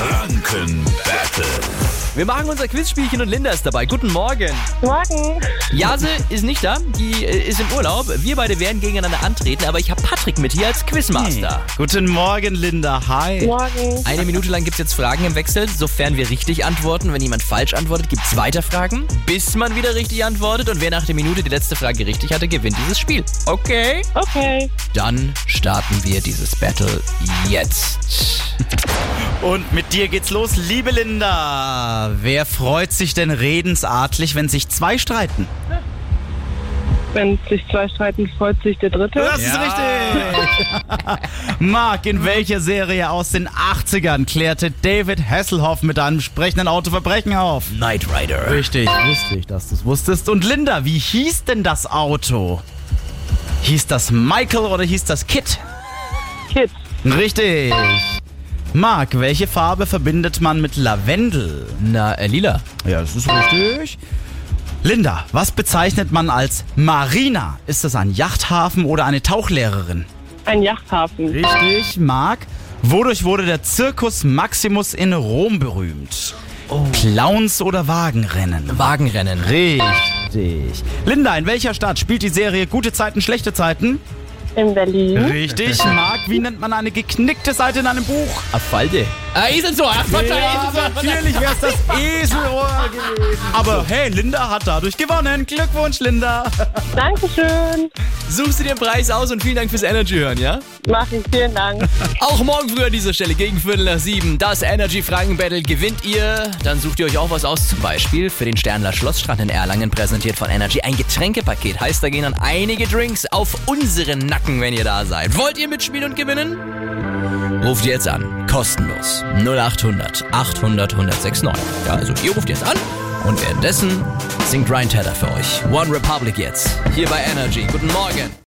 Franken Battle. Wir machen unser Quizspielchen und Linda ist dabei. Guten Morgen. Morgen. Jase ist nicht da, die äh, ist im Urlaub. Wir beide werden gegeneinander antreten, aber ich habe Patrick mit hier als Quizmaster. Hm. Guten Morgen, Linda. Hi. Morgen. Eine Minute lang gibt es jetzt Fragen im Wechsel, sofern wir richtig antworten. Wenn jemand falsch antwortet, gibt es weiter Fragen, bis man wieder richtig antwortet. Und wer nach der Minute die letzte Frage richtig hatte, gewinnt dieses Spiel. Okay. Okay. Dann starten wir dieses Battle jetzt. Und mit dir geht's los, liebe Linda. Wer freut sich denn redensartlich, wenn sich zwei streiten? Wenn sich zwei streiten, freut sich der Dritte. ist richtig. Marc, in welcher Serie aus den 80ern klärte David Hasselhoff mit einem sprechenden Auto Verbrechen auf? Knight Rider. Richtig, wusste ich, dass du es wusstest. Und Linda, wie hieß denn das Auto? Hieß das Michael oder hieß das Kit? Kids. Richtig. Marc, welche Farbe verbindet man mit Lavendel? Na, äh, Lila. Ja, das ist richtig. Linda, was bezeichnet man als Marina? Ist das ein Yachthafen oder eine Tauchlehrerin? Ein Yachthafen. Richtig, Marc. Wodurch wurde der Circus Maximus in Rom berühmt? Clowns oder Wagenrennen? Wagenrennen. Richtig. Linda, in welcher Stadt spielt die Serie Gute Zeiten, schlechte Zeiten? In Berlin. Richtig, Marc. Wie nennt man eine geknickte Seite in einem Buch? Afalde. Ah, Esel so. Ach, Gott, Ja, natürlich wäre es das Eselohr gewesen. Aber hey, Linda hat dadurch gewonnen. Glückwunsch, Linda. Dankeschön. Suchst du dir den Preis aus und vielen Dank fürs Energy hören, ja? Mach ich. Vielen Dank. Auch morgen früh an dieser Stelle gegen Viertel nach sieben. Das Energy Franken Battle gewinnt ihr. Dann sucht ihr euch auch was aus. Zum Beispiel für den Sternler Schlossstrand in Erlangen präsentiert von Energy ein Getränkepaket. Heißt, da gehen dann einige Drinks auf unseren Nacken, wenn ihr da seid. Wollt ihr mitspielen und gewinnen? Ruft jetzt an. Kostenlos. 0800 800 1069. Ja, also ihr ruft jetzt an und währenddessen singt Ryan Tedder für euch. One Republic jetzt. Hier bei Energy. Guten Morgen.